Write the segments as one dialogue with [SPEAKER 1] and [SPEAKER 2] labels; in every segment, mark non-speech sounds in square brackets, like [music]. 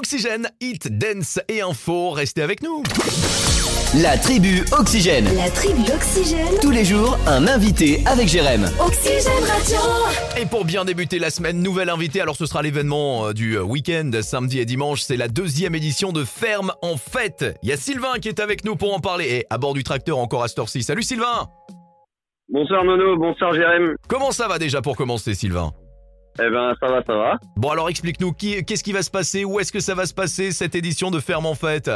[SPEAKER 1] Oxygène, Hit, Dance et Info. Restez avec nous.
[SPEAKER 2] La tribu Oxygène.
[SPEAKER 3] La tribu Oxygène.
[SPEAKER 2] Tous les jours, un invité avec Jérém.
[SPEAKER 3] Oxygène Radio.
[SPEAKER 1] Et pour bien débuter la semaine, nouvel invité. Alors ce sera l'événement euh, du week-end, samedi et dimanche. C'est la deuxième édition de Ferme en fête. Il y a Sylvain qui est avec nous pour en parler. Et à bord du tracteur encore à cette heure-ci. Salut Sylvain
[SPEAKER 4] Bonsoir Nono, bonsoir Jérém.
[SPEAKER 1] Comment ça va déjà pour commencer Sylvain
[SPEAKER 4] Eh ben ça va, ça va.
[SPEAKER 1] Bon alors explique-nous, qui- qu'est-ce qui va se passer Où est-ce que ça va se passer cette édition de Ferme en fête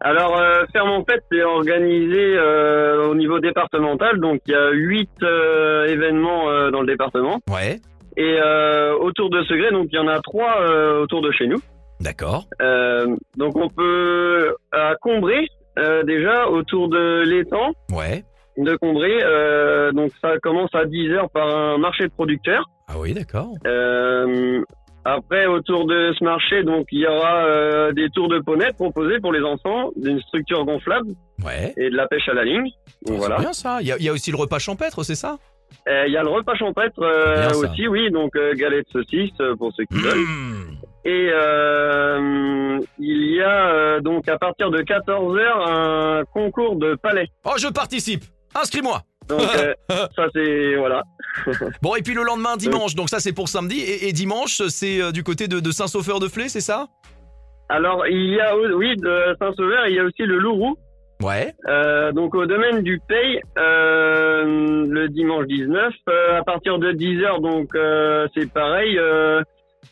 [SPEAKER 4] Alors euh, Ferme en fête c'est organisé euh, au niveau départemental, donc il y a huit euh, événements euh, dans le département
[SPEAKER 1] Ouais,
[SPEAKER 4] et euh, autour de Segré, donc il y en a trois euh, autour de chez nous.
[SPEAKER 1] d'accord.
[SPEAKER 4] Euh, donc on peut à Combray euh, déjà autour de l'étang
[SPEAKER 1] Ouais.
[SPEAKER 4] de Combray, euh, donc ça commence à 10 heures par un marché de producteurs.
[SPEAKER 1] Ah oui, d'accord.
[SPEAKER 4] Euh, après, autour de ce marché, donc il y aura euh, des tours de ponettes proposés pour les enfants, d'une structure gonflable
[SPEAKER 1] Ouais.
[SPEAKER 4] et de la pêche à la ligne. Donc,
[SPEAKER 1] Ah,
[SPEAKER 4] voilà.
[SPEAKER 1] C'est bien ça. Il y, a- il y a aussi le repas champêtre, c'est ça
[SPEAKER 4] Euh, Il y a le repas champêtre euh,
[SPEAKER 1] Bien, ça.
[SPEAKER 4] aussi, oui, donc euh, galette saucisse euh, pour ceux qui veulent.
[SPEAKER 1] Mmh.
[SPEAKER 4] Et euh, il y a euh, donc à partir de 14 heures un concours de palais.
[SPEAKER 1] Oh, je participe. Inscris-moi. [laughs]
[SPEAKER 4] Donc euh, ça c'est voilà.
[SPEAKER 1] Bon, et puis le lendemain, dimanche, donc ça c'est pour samedi. Et, et dimanche, c'est euh, du côté de, de Saint-Sauveur-de-Flé, c'est ça
[SPEAKER 4] Alors il y a oui de Saint-Sauveur, il y a aussi le Lourou
[SPEAKER 1] Ouais.
[SPEAKER 4] Euh, donc au domaine du Pay, euh, le dimanche 19, euh, à partir de 10h, donc euh, c'est pareil, euh,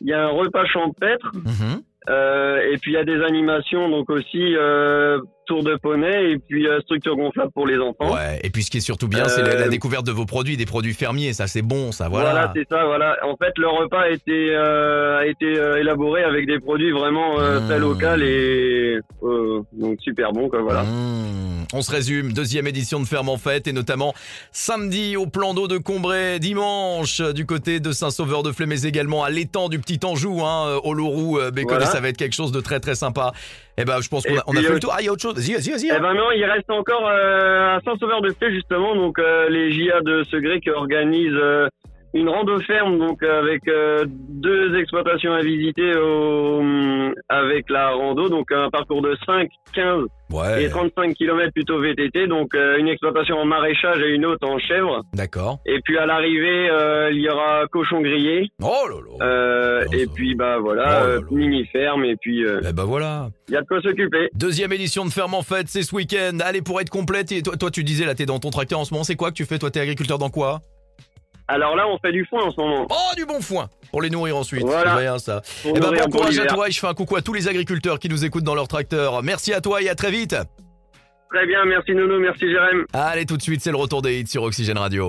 [SPEAKER 4] il y a un repas champêtre,
[SPEAKER 1] Mhm.
[SPEAKER 4] euh, et puis il y a des animations, donc aussi euh, tour de poney, et puis euh, structure gonflable pour les enfants.
[SPEAKER 1] Ouais, et puis ce qui est surtout bien, c'est la,
[SPEAKER 4] Oh. Euh,
[SPEAKER 1] la découverte de vos produits, des produits fermiers, ça c'est bon, ça,
[SPEAKER 4] Voilà,
[SPEAKER 1] voilà.
[SPEAKER 4] c'est ça, voilà. En fait, le repas a été, euh, a été euh, élaboré avec des produits vraiment euh, très
[SPEAKER 1] Mmh.
[SPEAKER 4] locaux et euh, donc super bon, quoi, voilà.
[SPEAKER 1] Mmh. On se résume, deuxième édition de Ferme en Fête, et notamment samedi au plan d'eau de Combray, dimanche euh, du côté de Saint-Sauveur-de-Flé, mais également à l'étang du Petit Anjou, hein, euh, au Lourou, euh, Bécone,
[SPEAKER 4] Voilà.
[SPEAKER 1] ça va être quelque chose de très très sympa. Eh ben, je pense qu'on
[SPEAKER 4] Et
[SPEAKER 1] a, on a
[SPEAKER 4] puis,
[SPEAKER 1] fait
[SPEAKER 4] euh,
[SPEAKER 1] le tour. Ah, il y a autre chose Vas-y, vas-y, vas-y.
[SPEAKER 4] Eh ben non, il reste encore euh, à Saint-Sauveur-de-Flé justement, donc euh, les JA de Segré qui organisent euh, une rando ferme, donc euh, avec euh, deux exploitations à visiter au, hum, avec la rando, donc un parcours de 5, 15
[SPEAKER 1] Ouais,
[SPEAKER 4] eh ben, et 35 km plutôt VTT, donc euh, une exploitation en maraîchage et une autre en chèvre.
[SPEAKER 1] d'accord.
[SPEAKER 4] Et puis à l'arrivée, euh, il y aura cochon grillé,
[SPEAKER 1] Oh là là
[SPEAKER 4] euh,
[SPEAKER 1] Non,
[SPEAKER 4] et
[SPEAKER 1] ça-
[SPEAKER 4] puis bah
[SPEAKER 1] Oh
[SPEAKER 4] voilà,
[SPEAKER 1] là
[SPEAKER 4] euh,
[SPEAKER 1] là.
[SPEAKER 4] mini ferme, et puis euh,
[SPEAKER 1] Eh ben voilà
[SPEAKER 4] il y a de quoi s'occuper.
[SPEAKER 1] Deuxième édition de Ferme en Fête, c'est ce week-end. Allez, pour être complète, et toi, toi tu disais là, t'es dans ton tracteur en ce moment, c'est quoi que tu fais Toi, t'es agriculteur dans quoi
[SPEAKER 4] Alors là, on fait du foin en ce moment.
[SPEAKER 1] Oh, du bon foin Pour les nourrir ensuite.
[SPEAKER 4] Voilà.
[SPEAKER 1] C'est rien ça.
[SPEAKER 4] pour
[SPEAKER 1] Eh ben,
[SPEAKER 4] nourrir
[SPEAKER 1] bon
[SPEAKER 4] pour
[SPEAKER 1] courage à
[SPEAKER 4] l'hiver.
[SPEAKER 1] toi et je fais un coucou à tous les agriculteurs qui nous écoutent dans leur tracteur. Merci à toi et à très vite.
[SPEAKER 4] Très bien, merci Nono, merci Jérém.
[SPEAKER 1] Allez, tout de suite, c'est le retour des hits sur Oxygène Radio.